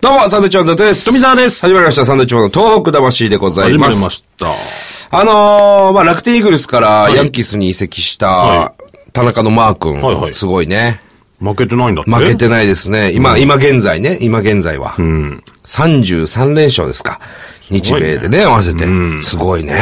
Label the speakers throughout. Speaker 1: どうも、サンドイッチマン伊達です。
Speaker 2: 富澤です
Speaker 1: 始まりました、サンドイッチマンの東北魂でござい
Speaker 2: 始ま
Speaker 1: ま
Speaker 2: り
Speaker 1: す。
Speaker 2: ました。
Speaker 1: あのー、まあ、楽天イーグルスから
Speaker 2: い
Speaker 1: ヤンキースに移籍した、
Speaker 2: は
Speaker 1: 田中のマー君、
Speaker 2: はいはい
Speaker 1: すごいね。
Speaker 2: 負けてないんだって
Speaker 1: 負けてないですね。今、今現在ね、今現在は。33連勝ですか。日米でね、合わせて。すごいね。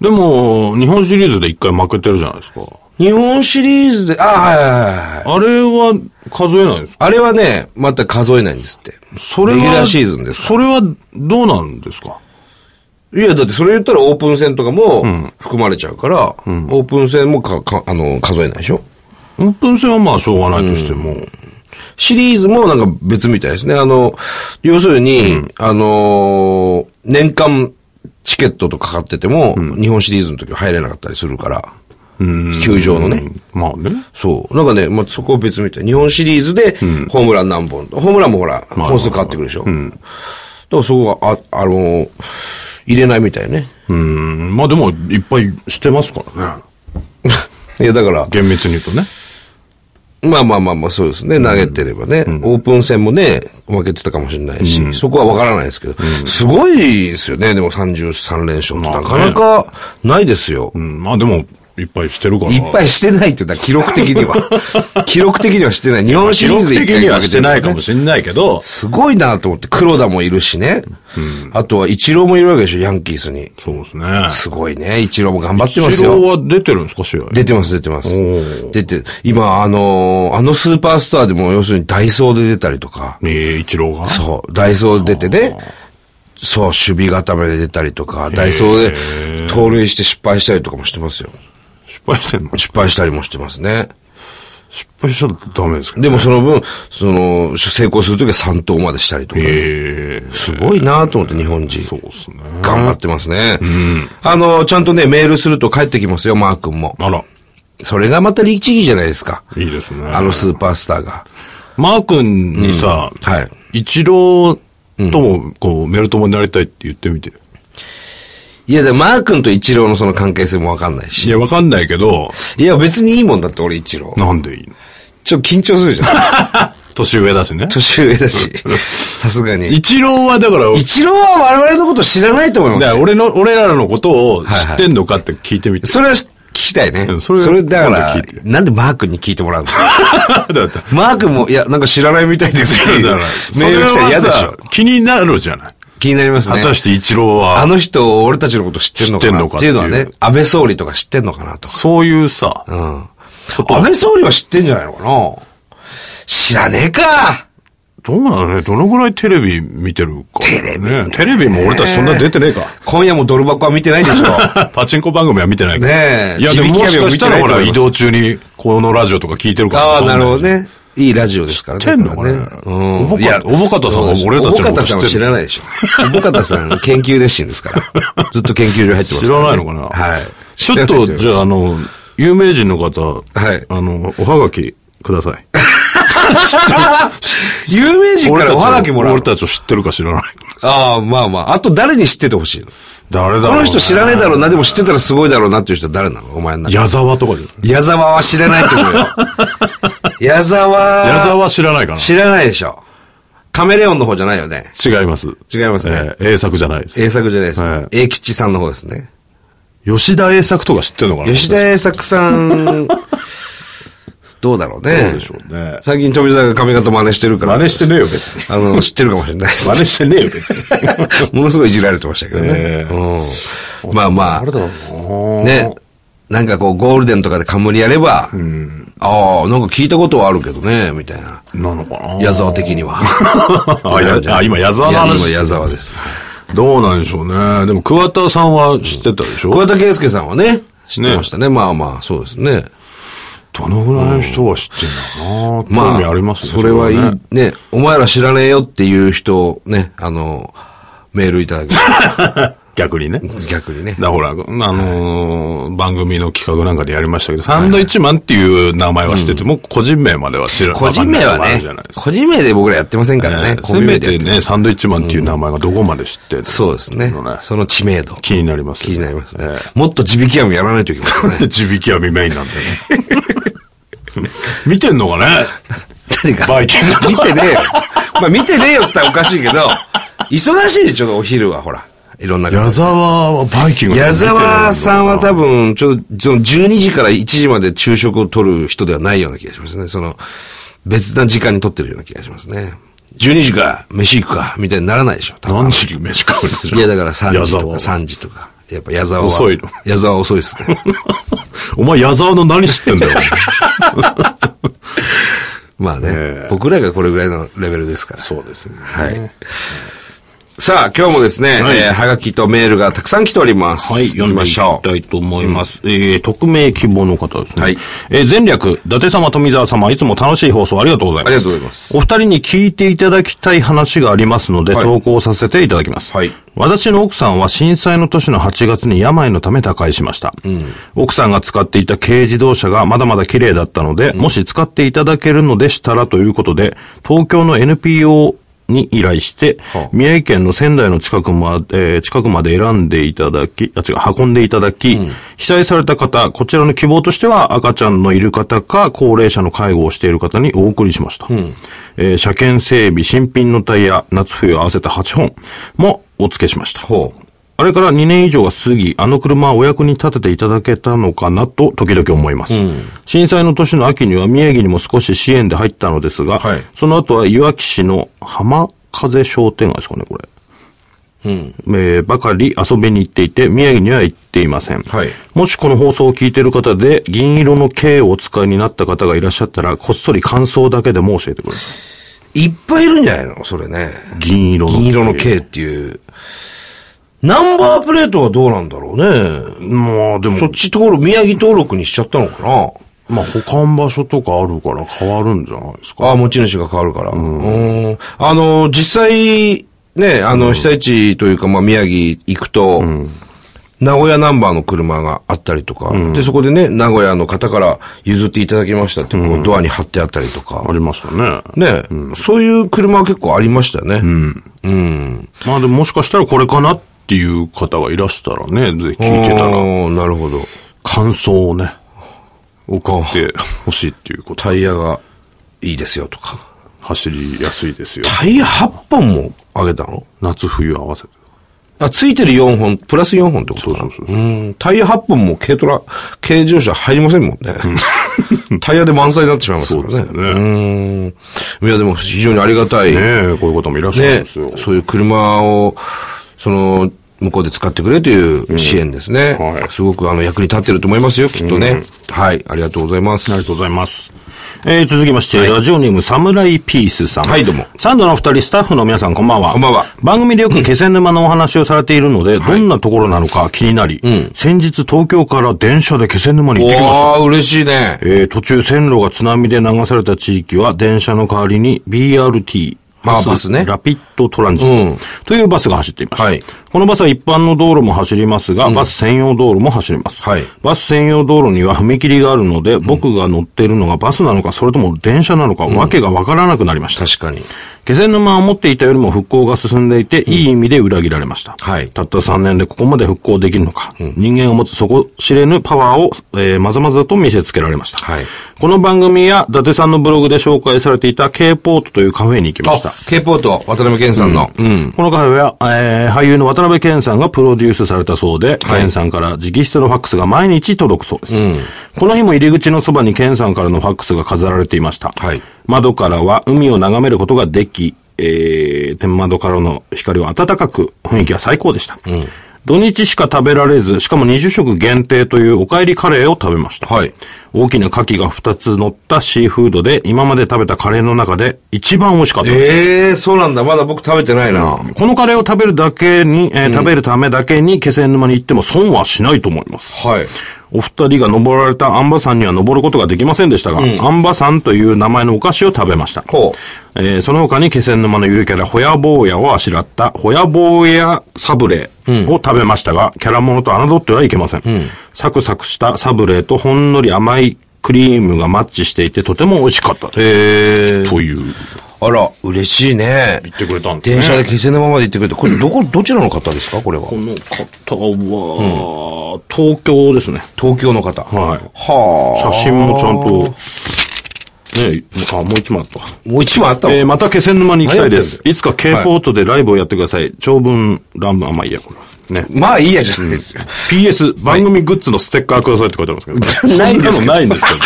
Speaker 2: でも、日本シリーズで一回負けてるじゃないですか。
Speaker 1: 日本シリーズで、ああ、はいはいはいはい。
Speaker 2: あれは数えないんですか
Speaker 1: あれはね、また数えないんですって。
Speaker 2: それは、
Speaker 1: レギュラーシーズンですか
Speaker 2: それはどうなんですか
Speaker 1: いや、だってそれ言ったらオープン戦とかも含まれちゃうから、オープン戦もか、か、あの、数えないでしょ
Speaker 2: オープン戦はまあしょうがないとしても、
Speaker 1: シリーズもなんか別みたいですね。あの、要するに、あのー年間チケットとかかってても、日本シリーズの時は入れなかったりするから、球場のね。
Speaker 2: まあね。
Speaker 1: そう。なんかね、まあ、そこは別みたい。日本シリーズで、ホームラン何本、ホームランもほら、
Speaker 2: まあ
Speaker 1: 本数変わってくるでしょ。だからそこが、あ、あのー入れないみたいね。
Speaker 2: うん。まあでも、いっぱいしてますからね。
Speaker 1: いや、だから、
Speaker 2: 厳密に言うとね。
Speaker 1: まあまあまあまあ、そうですね。投げてればね。オープン戦もね、負けてたかもしれないし、そこはわからないですけど、すごいですよね。でも33連勝って
Speaker 2: ま
Speaker 1: な
Speaker 2: あね
Speaker 1: かなかないですよ。
Speaker 2: うん。まあでも、いっぱいしてるから。
Speaker 1: いっぱいしてないって言ったら記録的に は。記録的にはしてない。日本シ
Speaker 2: 記
Speaker 1: リーズ
Speaker 2: 録
Speaker 1: で一
Speaker 2: 的
Speaker 1: 回
Speaker 2: に
Speaker 1: 負
Speaker 2: は
Speaker 1: け
Speaker 2: してて
Speaker 1: る
Speaker 2: ないかもしれないけど、
Speaker 1: すごいなと思って、黒田もいるしね。あとはイチローもいるわけでしょ、ヤンキースに。
Speaker 2: そうですね。
Speaker 1: すごいね。イチローも頑張ってます
Speaker 2: 治
Speaker 1: よ
Speaker 2: 療。は出てるんですか、試合。
Speaker 1: 出てます、出てます
Speaker 2: お。
Speaker 1: 出て、今、あのーあのスーパースターでも、要するにダイソーで出たりとか。
Speaker 2: えー、一郎が。
Speaker 1: そう、ダイソー出てね、そう、守備固めで出たりとか、ダイソーで盗塁して失敗したりとかもしてますよ。
Speaker 2: 失敗してんの
Speaker 1: 失敗したりもしてますね。
Speaker 2: 失敗しちゃダメですけど。
Speaker 1: でもその分、その、成功するときは3投までしたりとか。
Speaker 2: えー、
Speaker 1: すごいなと思って、日本人。
Speaker 2: そうですね。
Speaker 1: 頑張ってますね。あの、ちゃんとね、メールすると帰ってきますよ、マー君も。
Speaker 2: あら、
Speaker 1: それがまた律儀じゃないですか。
Speaker 2: いいですね。
Speaker 1: あのスーパースターが。
Speaker 2: マー君にさ、
Speaker 1: はい。
Speaker 2: 一郎とも、こう、メルトモになりたいって言ってみて。
Speaker 1: いや、でもマー君とイチローのその関係性もわかんない
Speaker 2: い
Speaker 1: し。
Speaker 2: や、わかんないけど、
Speaker 1: いや、別にいいもんだって、俺、イチロー。
Speaker 2: なんでいいの
Speaker 1: ちょっと緊張するじゃん。
Speaker 2: 年上だし ね。
Speaker 1: 年上だ し、さすがに。
Speaker 2: 一郎はだから、
Speaker 1: 一郎は我々のこと知らないと思いま
Speaker 2: だ
Speaker 1: す
Speaker 2: から
Speaker 1: よ。
Speaker 2: 俺の、俺らのことを知
Speaker 1: はい
Speaker 2: ってんのかって聞いてみて。
Speaker 1: それは聞きたいね
Speaker 2: う。ん
Speaker 1: そ
Speaker 2: そ
Speaker 1: れ
Speaker 2: れ
Speaker 1: だか
Speaker 2: 今
Speaker 1: ら
Speaker 2: 度聞い、て
Speaker 1: なんでマー君に聞いてもらうの
Speaker 2: だって
Speaker 1: マー君も、いや、なんか知らないみたいですっていう
Speaker 2: だから
Speaker 1: メール来たら嫌でし
Speaker 2: それ
Speaker 1: ょ
Speaker 2: は。さ気になるじゃない。
Speaker 1: 気になります
Speaker 2: 果
Speaker 1: ね。
Speaker 2: たして一郎
Speaker 1: あ
Speaker 2: は、
Speaker 1: の人、俺たちのこと知ってんのか
Speaker 2: 知ってん
Speaker 1: な
Speaker 2: の
Speaker 1: っ
Speaker 2: かってて
Speaker 1: い
Speaker 2: いうう
Speaker 1: のはね、安倍総理とか知ってんのかなとか。
Speaker 2: そういうさ、
Speaker 1: うん。
Speaker 2: こと
Speaker 1: 安倍総理は知ってんじゃないのかな知らねえか
Speaker 2: どうなのねどのぐらいテレビ見てるか。
Speaker 1: テレビ
Speaker 2: ねテレビも俺たちそんな出てねえか。
Speaker 1: 今夜もドル箱は見てないでしょ
Speaker 2: パチンコ番組は見てないけど。
Speaker 1: ねえ
Speaker 2: いや、でも
Speaker 1: 地引き
Speaker 2: もし
Speaker 1: 網を
Speaker 2: か
Speaker 1: 見
Speaker 2: してた
Speaker 1: ない
Speaker 2: ら
Speaker 1: と
Speaker 2: ほ
Speaker 1: 思います
Speaker 2: ら、移動中に、このラジオとか聞いてるから。
Speaker 1: ああ、なるほど。ね。いいラジオですからね。
Speaker 2: 知ってんのかね
Speaker 1: これはうん。
Speaker 2: おぼかおぼかたさんは俺たちのこと
Speaker 1: おぼかたさんは知らないでしょ。おぼかたさん、研究熱心です から。ずっと研究所入ってます
Speaker 2: 知
Speaker 1: からら
Speaker 2: ない
Speaker 1: ね、
Speaker 2: のかな
Speaker 1: はい。
Speaker 2: ちょっと、じゃあ、
Speaker 1: あ
Speaker 2: あ、の、有名人の方、
Speaker 1: はい
Speaker 2: あの、おはがきくだ さい。
Speaker 1: 有名人からおはがきもらう
Speaker 2: 俺
Speaker 1: の。
Speaker 2: たちを知ってるか知らない。
Speaker 1: ああ、まあまあ。あと誰に知っててほしいのこ
Speaker 2: 誰だろうね
Speaker 1: の人知らねえだろうな、でも知ってたらすごいだろうなっていう人は誰なのお前の中で。
Speaker 2: 矢沢とかじゃない
Speaker 1: 矢沢は知らないと思うよ。矢沢。
Speaker 2: 矢沢知らないか
Speaker 1: 知らないでしょ。カメレオンの方じゃないよね。
Speaker 2: な違います。
Speaker 1: 違いますね。
Speaker 2: えー、A 作じゃないです。
Speaker 1: A 作じゃないです
Speaker 2: はい
Speaker 1: ね。A 吉さんの方ですね。
Speaker 2: 吉田栄作とか知ってるのかな
Speaker 1: 吉田栄作さん、どうだろうね。
Speaker 2: どうでしょうね
Speaker 1: 最近富澤が髪型真似してるから。
Speaker 2: 真似してねえよ、別に。
Speaker 1: あの、知ってるかもしれないです。
Speaker 2: 真似してねえよ、別に。
Speaker 1: ものすごいいじられてましたけどね
Speaker 2: え。
Speaker 1: うん、まあま あ、
Speaker 2: ろう な
Speaker 1: ね。なんかこう、ゴールデンとかで冠やれば、ああ、なんか聞いたことはあるけどね、みたいな。
Speaker 2: なのかな。
Speaker 1: 矢沢的には
Speaker 2: あやあ今矢沢の話
Speaker 1: いや今矢沢です。
Speaker 2: どうなんでしょうね。でも、桑田さんは知ってたでしょ
Speaker 1: 小田圭介さんはね、知ってましたね。まあまあ、そうですね。
Speaker 2: どのぐらいの人が知ってんだろうな、
Speaker 1: まあ、
Speaker 2: 興味ありますね。
Speaker 1: それはいい
Speaker 2: ね。
Speaker 1: ね。お前ら知らねえよっていう人、ね、あの、メールいただけ
Speaker 2: 逆にね。
Speaker 1: る逆にね。
Speaker 2: だほら、あのー番組の企画なんかでやりましたけど、サンドイッチマンっていう名前は知ってても、個人名までは知らない。
Speaker 1: 個人名は
Speaker 2: わかんない
Speaker 1: ね
Speaker 2: とこあるじゃないで、すか
Speaker 1: 個人名で僕らやってませんからね。
Speaker 2: ね
Speaker 1: コン
Speaker 2: せ
Speaker 1: ビ名
Speaker 2: め
Speaker 1: でやってて
Speaker 2: ね、サンドイッチマンっていう名前がどこまで知ってる
Speaker 1: そうですね
Speaker 2: の。
Speaker 1: その知名度。
Speaker 2: 気になりますよ
Speaker 1: 気
Speaker 2: ね。
Speaker 1: になりますね
Speaker 2: ええ。
Speaker 1: もっと地引き網やらないといけませんね。
Speaker 2: 地引き網メインなんだよね。見てんのかね
Speaker 1: 誰が。
Speaker 2: バイキング
Speaker 1: 見てねえよ。 まあ見てねえよって言ったらおかしいけど、忙しいでちょっとお昼はほら。いろんな。
Speaker 2: 矢沢はバイキング
Speaker 1: 矢沢さんは
Speaker 2: 分。
Speaker 1: 多分、ちょっと、その12時から1時まで昼食を取る人ではないような気がしますね。その、別な時間に取ってるような気がしますね。12時か、飯行くか、みたいにならないでしょ。多分
Speaker 2: 何時に飯食うんでしょ
Speaker 1: いや、だから3
Speaker 2: 矢
Speaker 1: 時と
Speaker 2: 沢
Speaker 1: か
Speaker 2: は
Speaker 1: 3時とか。やっぱ矢沢は。
Speaker 2: 遅いの
Speaker 1: 矢沢は遅いですね。
Speaker 2: お前矢沢の何知ってんだよ。
Speaker 1: まあね、
Speaker 2: ええ
Speaker 1: 僕らがこれぐらいのレベルですから。
Speaker 2: そうですね。
Speaker 1: はい。さあ、今日もですね、
Speaker 2: はい
Speaker 1: えーはがきとメールがたくさん来ております。
Speaker 2: はい、
Speaker 1: 行き
Speaker 2: 読んで
Speaker 1: ま
Speaker 2: い
Speaker 1: し
Speaker 2: き
Speaker 1: ょう。
Speaker 2: たいと思います。えー、匿名希望の方ですね。
Speaker 1: はい
Speaker 2: えー、前略、伊達様、富澤様、いつも楽しい放送ありがとうございます。
Speaker 1: ありがとうございます
Speaker 2: お二人に聞いていただきたい話がありますので、
Speaker 1: はい
Speaker 2: 投稿させていただきます。
Speaker 1: はい
Speaker 2: 私の奥さんは震災の年の8月に病のため他界しました。奥さんが使っていた軽自動車がまだまだ綺麗だったので、もし使っていただけるのでしたらということで、東京の NPO に依頼して、
Speaker 1: はあ
Speaker 2: 宮城県の仙台の近くまで、えー近くまで選んでいただき、あ、違う、運んでいただき、被災された方、こちらの希望としては赤ちゃんのいる方か、高齢者の介護をしている方にお送りしました。えー車検整備、新品のタイヤ、夏冬合わせて8本もお付けしました。
Speaker 1: ほう。
Speaker 2: あれから2年以上が過ぎ、あの車はお役に立てていただけたのかなと時々思います。震災の年の秋には宮城にも少し支援で入ったのですが、
Speaker 1: はい
Speaker 2: その後は岩木市の浜風商店街ですかね、これ。えーばかり遊びに行っていて、宮城には行っていません。
Speaker 1: はい
Speaker 2: もしこの放送を聞いている方で、銀色の K をお使いになった方がいらっしゃったら、こっそり感想だけでも教えてください。
Speaker 1: いっぱいいるんじゃないのそれね。
Speaker 2: 銀色の
Speaker 1: 銀色の K っていう。ナンバープレートはどうなんだろうね。
Speaker 2: まあ
Speaker 1: そ
Speaker 2: でも
Speaker 1: っ、ち登録、宮城登録にしちゃったのかな
Speaker 2: まあ保管場所とかあるから変わるんじゃないですか。
Speaker 1: ああ、持ち主が変わるから。うん。あの、実際、ね、あの、被災地というか、まあ、宮城行くと、名古屋ナンバーの車があったりとか、で、そこでね、名古屋の方から譲っていただきましたって、こうドアに貼ってあったりとか
Speaker 2: あ、りましたね。
Speaker 1: ね、そういう車は結構ありましたよね。うん。
Speaker 2: まあでももしかしたらこれかなっていう方がいらしたらね、ぜ
Speaker 1: 聞
Speaker 2: ひ聞いてたら、
Speaker 1: なるほど。
Speaker 2: 感想をね、
Speaker 1: 送
Speaker 2: で、欲しいっていうこと。
Speaker 1: タイヤがいいですよとか。
Speaker 2: 走りやすいですよ。
Speaker 1: タイヤ8本もあげたの
Speaker 2: 夏冬合わせて。
Speaker 1: あ、ついてる4本、プラス4本ってことかな
Speaker 2: そうそ
Speaker 1: う
Speaker 2: う
Speaker 1: ん。タイヤ8本も軽トラ、軽乗車入りませんもんね。タイヤで満載になってしまいますからね。
Speaker 2: そうですよ
Speaker 1: うん。いや、でも非常にありがたい。
Speaker 2: ねえ、こういう方もいらっしゃるん
Speaker 1: ね
Speaker 2: ですよ。
Speaker 1: そういう車を、その、向こうで使ってくれという支援ですね。
Speaker 2: うんはい
Speaker 1: すごくあの役に立ってると思いますよ、きっとね。はい、ありがとうございます。
Speaker 2: ありがとうございます。えー、続きまして、ラジオネーム、サムライピースさん。
Speaker 1: はいどうも
Speaker 2: サンドのお二人、スタッフの皆さん、こんばんは。
Speaker 1: こんばんは
Speaker 2: 番組でよく気仙沼のお話をされているので、どんなところなのか気になり、先日東京から電車で気仙沼に行ってきました。
Speaker 1: おー、嬉しいね。
Speaker 2: えー途中線路が津波で流された地域は電車の代わりに BRT、
Speaker 1: あバスね
Speaker 2: ラピッドトランジ
Speaker 1: う
Speaker 2: ッ
Speaker 1: ん
Speaker 2: トというバスが走っていました。
Speaker 1: はい
Speaker 2: このバスは一般の道路も走りますが、バス専用道路も走ります。
Speaker 1: はい
Speaker 2: バス専用道路には踏切があるので、僕が乗っているのがバスなのか、それとも電車なのか、わけがわからなくなりました。
Speaker 1: 確かに。
Speaker 2: 気仙沼は思っていたよりも復興が進んでいて、いい意味で裏切られました。
Speaker 1: はい
Speaker 2: たった3年でここまで復興できるのか。人間を持つ底知れぬパワーを、えーまざまざと見せつけられました。
Speaker 1: はい
Speaker 2: この番組や伊達さんのブログで紹介されていた K ポートというカフェに行きました
Speaker 1: あ。、K ポート、渡辺健さんの。うん
Speaker 2: このカフェは、えー俳優の渡辺謙さんがプロデュースされたそうで、
Speaker 1: はい
Speaker 2: 健さんから直筆のファックスが毎日届くそうです。この日も入り口のそばに健さんからのファックスが飾られていました。
Speaker 1: はい
Speaker 2: 窓からは海を眺めることができ、えー天窓からの光は暖かく、雰囲気は最高でした。土日しか食べられず、しかも20食限定というおかえりカレーを食べました。
Speaker 1: はい
Speaker 2: 大きな牡蠣が2つ乗ったシーフードで、今まで食べたカレーの中で一番美味しかったです
Speaker 1: ええそうなんだ。まだ僕食べてないな。
Speaker 2: このカレーを食べるだけに、えー食べるためだけに気仙沼に行っても損はしないと思います。
Speaker 1: はい。
Speaker 2: お二人が登られた安波山には登ることができませんでしたが、安波山という名前のお菓子を食べました。
Speaker 1: ほ
Speaker 2: えーその他に気仙沼のゆるキャラ、ホヤ坊やをあしらった、ホヤ坊やサブレを食べましたが、キャラものと侮ってはいけません,、サクサクしたサブレとほんのり甘いクリームがマッチしていて、とても美味しかった
Speaker 1: う。
Speaker 2: です。
Speaker 1: ええ
Speaker 2: という。
Speaker 1: あら、嬉しいね。
Speaker 2: 言ってくれたんですね
Speaker 1: 電車で気仙沼まで行ってくれて、これどこ、どちらの方ですかこれは
Speaker 2: こ。の方は、東京ですね。
Speaker 1: 東京の方。
Speaker 2: はい
Speaker 1: はあ。
Speaker 2: 写真もちゃんとねあ、もう一枚あった。
Speaker 1: もう一枚あったわ。
Speaker 2: えーまた気仙沼に行きたいで
Speaker 1: 何や
Speaker 2: す
Speaker 1: っ。てん
Speaker 2: いつか K ポートでライブをやってください。長文乱文、あ、まあいいや、これ。ね。
Speaker 1: まあいいやじゃないですよ。
Speaker 2: PS、番組グッズのステッカーくださいって書いてありますけど。
Speaker 1: ないんです
Speaker 2: そ
Speaker 1: け
Speaker 2: な
Speaker 1: ど
Speaker 2: いんです けどね。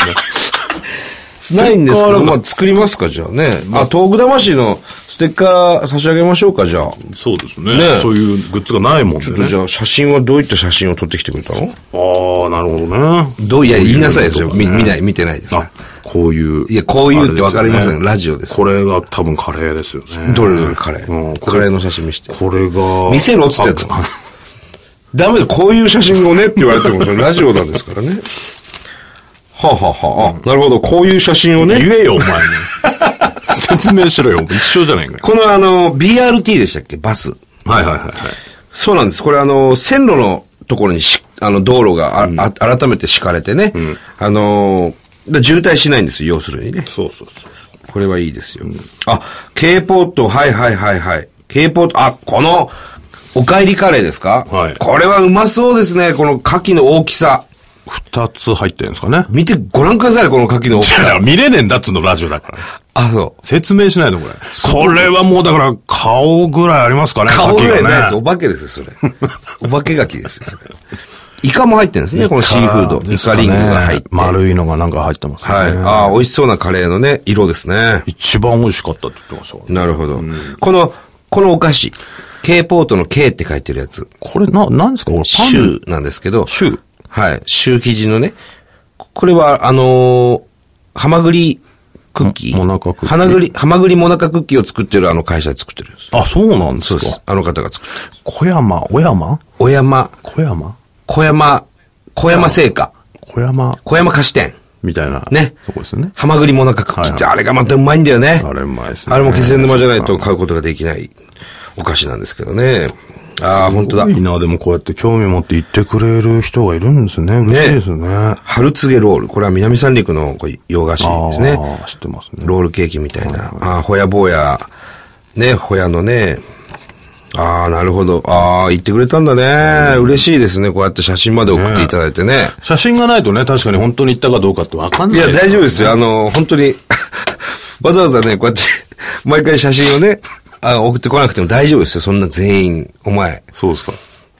Speaker 1: ないんですけ
Speaker 2: ステッカ
Speaker 1: ど、
Speaker 2: ーなんか
Speaker 1: まあ作りますか、じゃあね。あ、東北魂のステッカー差し上げましょうか、じゃあ。
Speaker 2: そうですね
Speaker 1: ね
Speaker 2: そういうグッズがないもんね。
Speaker 1: ちょっとじゃあ写真はどういった写真を撮ってきてくれたの
Speaker 2: ああ、なるほどね。
Speaker 1: どういや、言いなさいですよ。
Speaker 2: こうい
Speaker 1: 見
Speaker 2: うのとかね
Speaker 1: 見ない、見てないです。
Speaker 2: あ、こういう。
Speaker 1: いやこういうってわかりません
Speaker 2: あれでよ
Speaker 1: ラジオです
Speaker 2: これが多分カレーですよね。
Speaker 1: どれどれカレ
Speaker 2: う
Speaker 1: ー。
Speaker 2: んこ
Speaker 1: カ
Speaker 2: れ
Speaker 1: レーの写真見して。
Speaker 2: これが。
Speaker 1: 見せろっつってんの
Speaker 2: あ
Speaker 1: ダメだ、こういう写真をねって言われても、それラジオなんですからね。はあ、はあはあ、あなるほど、こういう写真をね。
Speaker 2: 言えよ、お前に。 説明しろよ。一緒じゃないかよ。
Speaker 1: このあの、BRT でしたっけバス。
Speaker 2: はいはいはいはい。
Speaker 1: そうなんです。これあの、線路のところにし、あの、道路があ、あ改めて敷かれてね。あの、だ渋滞しないんですよ、要するにね。
Speaker 2: そうそうそう。
Speaker 1: これはいいですよ。あ、K ポート、はいはいはいはい。K ポート、あ、この、おかえりカレーですか
Speaker 2: はい
Speaker 1: これはうまそうですね、この牡蠣の大きさ。
Speaker 2: 二つ入ってるんですかね。
Speaker 1: 見て、ご覧ください、この牡蠣の大き
Speaker 2: だか
Speaker 1: さ。
Speaker 2: ら 見れねえんだっつうの、ラジオだから。
Speaker 1: あ、そう。
Speaker 2: 説明しないの、これ。これはもうだから、顔ぐらいありますかね、
Speaker 1: 顔ぐらいないです。
Speaker 2: 牡蠣が
Speaker 1: お化けですよ、 それ。お化け牡蠣ですよ、それ。イカも入ってるんですね、このシーフード。イカリングが入って。
Speaker 2: 丸いのがなんか入ってますね。
Speaker 1: はい。ああ、美味しそうなカレーのね、色ですね。
Speaker 2: 一番美味しかったって言ってましたからね
Speaker 1: なるほど。この、このお菓子。K ポートの K って書いてるやつ。
Speaker 2: これな、なんですかこれパン
Speaker 1: シューなんですけど。
Speaker 2: シュー
Speaker 1: はい。シュー生地のね。ここれは、あのー、はまぐりクッキー。
Speaker 2: ももなかクッキー
Speaker 1: はなぐり、はまぐりもなかクッキーを作ってるあの会社で作ってるんです。
Speaker 2: あ、そうなんですか。
Speaker 1: あの方が作ってる。
Speaker 2: 小山、小山
Speaker 1: 小山、
Speaker 2: 小山
Speaker 1: 小山、小山製菓。
Speaker 2: 小山、
Speaker 1: 小山菓子店。
Speaker 2: みたいな。
Speaker 1: ね
Speaker 2: とこですよね。
Speaker 1: はまぐりもなかクッキーって、
Speaker 2: は
Speaker 1: あれがまたうまいんだよね。
Speaker 2: あれうまいですね
Speaker 1: あれも気仙沼じゃないと買うことができないお菓子なんですけどね。ああ、本当だ
Speaker 2: い。いな、でもこうやって興味持って言ってくれる人がいるんですね。嬉しいですね。
Speaker 1: 春告ロール。これは南三陸のこう洋菓子ですね。
Speaker 2: ああ、知ってますね。
Speaker 1: ロールケーキみたいな。ああ、ほやぼうや。ね、ほやのね。ああ、なるほど。ああ、言ってくれたんだね。嬉しいですね。こうやって写真まで送っていただいてね。
Speaker 2: 写真がないとね、確かに本当に行ったかどうかってわかん
Speaker 1: い
Speaker 2: ない。
Speaker 1: や、大丈夫ですよ。あの、本当に、 わざわざね、こうやって、毎回写真をね、あ送ってこなくても大丈夫ですよ。そんな全員、お前。
Speaker 2: そうですか。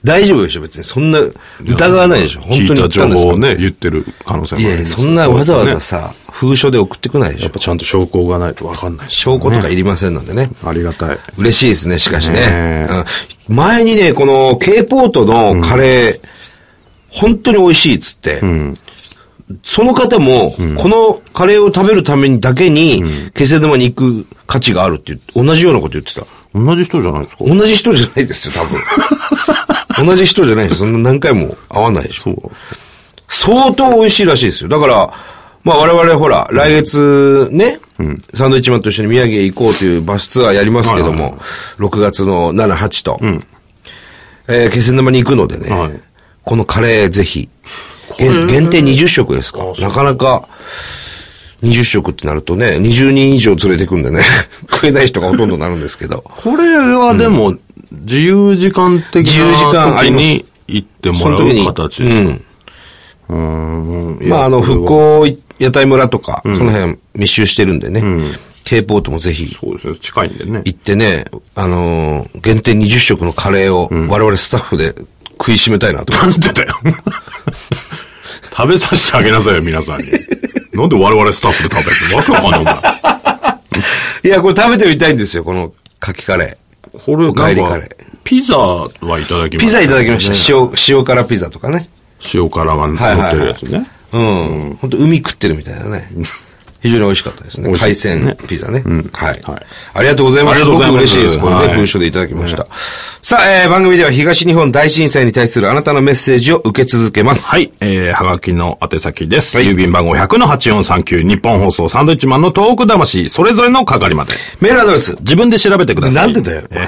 Speaker 1: 大丈夫でしょ、別に。そんな、疑わないでしょ。本当に言
Speaker 2: 聞
Speaker 1: った
Speaker 2: いた情
Speaker 1: んです
Speaker 2: 報
Speaker 1: か
Speaker 2: をね、言ってる可能性もあ
Speaker 1: い
Speaker 2: り
Speaker 1: やい
Speaker 2: ま
Speaker 1: や、
Speaker 2: す
Speaker 1: そんなわざわざ
Speaker 2: ね
Speaker 1: さ、封書で送ってこないでし
Speaker 2: や
Speaker 1: ょ
Speaker 2: っ。ぱちゃんと証拠がないとわかんないし。
Speaker 1: 証拠とかいりませんのでね。
Speaker 2: ありがたい。
Speaker 1: 嬉しいですね、しかしね
Speaker 2: ね。
Speaker 1: うん前にね、この K ポートのカレー、本当に美味しいっつって、その方も、このカレーを食べるためにだけに、気仙沼に行く価値があるっていう、同じようなこと言ってた。
Speaker 2: 同じ人じゃないですか
Speaker 1: 同じ人じゃないですよ、多分。同じ人じゃないですよ。そんな何回も会わないでしょ。
Speaker 2: そう。
Speaker 1: 相当美味しいらしいですよ。だから、まあ我々ほら、来月ね、サンドイッチマンと一緒に宮城へ行こうというバスツアーやりますけど
Speaker 2: はいはい
Speaker 1: も、6月の7、8と、えー気仙沼に行くのでね、
Speaker 2: はい
Speaker 1: このカレーぜひ、
Speaker 2: れ
Speaker 1: 限限定20食ですかなかなか、20食ってなるとね、20人以上連れてくんでね、 食えない人がほとんどになるんですけど、
Speaker 2: これはでも、自由時間的な
Speaker 1: 自由時間あり
Speaker 2: 時
Speaker 1: ます
Speaker 2: に行っても
Speaker 1: その
Speaker 2: ら
Speaker 1: 時に、
Speaker 2: う形ですか。う
Speaker 1: うん
Speaker 2: ん。
Speaker 1: まああの、復
Speaker 2: 復興
Speaker 1: 興屋台村とか、その辺密集してるんでね、K ポートもぜひ
Speaker 2: そうですね、近いんでね。
Speaker 1: 行ってね、あのー限定20食のカレーを我々スタッフで食いしめたいなと思
Speaker 2: なんでだよ。食べさせてあげなさいよ、皆さんに。なんで我々スタッフで食べるのわけわかんない、
Speaker 1: う。いや、これ食べてみたいんですよ、このカキカレー。
Speaker 2: お前。
Speaker 1: お
Speaker 2: これ、
Speaker 1: 帰り
Speaker 2: な
Speaker 1: カ
Speaker 2: ん
Speaker 1: レ
Speaker 2: か
Speaker 1: ー。、
Speaker 2: ピザはいただきました、
Speaker 1: ピザいただきました。塩、塩辛ピザとかね。
Speaker 2: 塩辛が乗ってるやつね。
Speaker 1: うん。本当海食ってるみたいな ね。非常に美味しかったですね。
Speaker 2: 美味しい
Speaker 1: 海
Speaker 2: ですね
Speaker 1: 鮮ピザね。はい
Speaker 2: はい。
Speaker 1: ありがとうございます。
Speaker 2: ありがとうございます
Speaker 1: すごく嬉しいです。これ
Speaker 2: は
Speaker 1: ね、
Speaker 2: い
Speaker 1: 文書でいただきました。さあ、えー番組では東日本大震災に対するあなたのメッセージを受け続けます。
Speaker 2: はい、えー、はがきの宛先です。郵便番号100-8439、日本放送サンドイッチマンのトーク魂、それぞれの係まで。
Speaker 1: メールアドレス。
Speaker 2: 自分で調べてください。
Speaker 1: なんでだよ
Speaker 2: え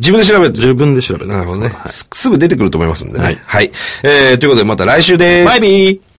Speaker 1: 自分で調べて。
Speaker 2: 自分で調べてくだ
Speaker 1: な
Speaker 2: さい
Speaker 1: るほどね、す。すぐ出てくると思いますんでね。は
Speaker 2: はいい。
Speaker 1: えー、ということでまた来週です。
Speaker 2: バイビー